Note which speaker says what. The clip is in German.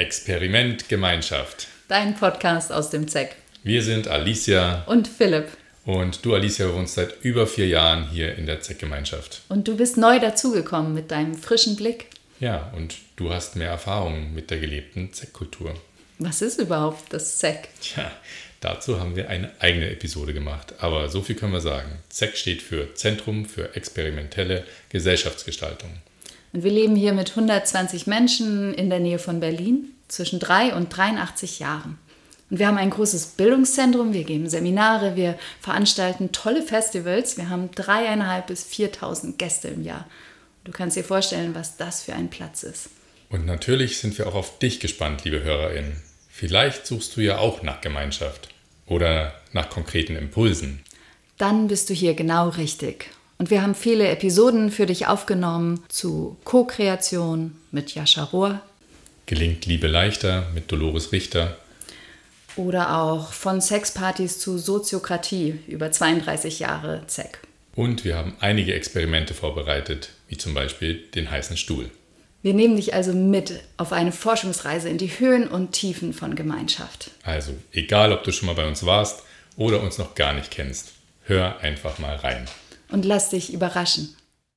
Speaker 1: Experiment Gemeinschaft.
Speaker 2: Dein Podcast aus dem ZEC.
Speaker 1: Wir sind Alicia
Speaker 2: Und Philipp.
Speaker 1: und du, Alicia, wohnst seit über vier Jahren hier in der ZEC-Gemeinschaft.
Speaker 2: Und du bist neu dazugekommen mit deinem frischen Blick.
Speaker 1: Ja, und du hast mehr Erfahrung mit der gelebten ZEC-Kultur.
Speaker 2: Was ist überhaupt das ZEC?
Speaker 1: Tja, dazu haben wir eine eigene Episode gemacht. Aber so viel können wir sagen. ZEC steht für Zentrum für experimentelle Gesellschaftsgestaltung.
Speaker 2: Und wir leben hier mit 120 Menschen in der Nähe von Berlin, zwischen 3 und 83 Jahren. Und wir haben ein großes Bildungszentrum, wir geben Seminare, wir veranstalten tolle Festivals. Wir haben dreieinhalb bis 4.000 Gäste im Jahr. Du kannst dir vorstellen, was das für ein Platz ist.
Speaker 1: Und natürlich sind wir auch auf dich gespannt, liebe HörerInnen. Vielleicht suchst du ja auch nach Gemeinschaft oder nach konkreten Impulsen.
Speaker 2: dann bist du hier genau richtig. Und wir haben viele Episoden für dich aufgenommen zu Co-Kreation mit Jascha Rohr
Speaker 1: Gelingt Liebe leichter mit Dolores Richter
Speaker 2: oder auch von Sexpartys zu Soziokratie über 32 Jahre ZEC.
Speaker 1: Und wir haben einige Experimente vorbereitet, wie zum Beispiel den heißen Stuhl.
Speaker 2: Wir nehmen dich also mit auf eine Forschungsreise in die Höhen und Tiefen von Gemeinschaft.
Speaker 1: Also, egal ob du schon mal bei uns warst oder uns noch gar nicht kennst, hör einfach mal rein.
Speaker 2: Und lass dich überraschen.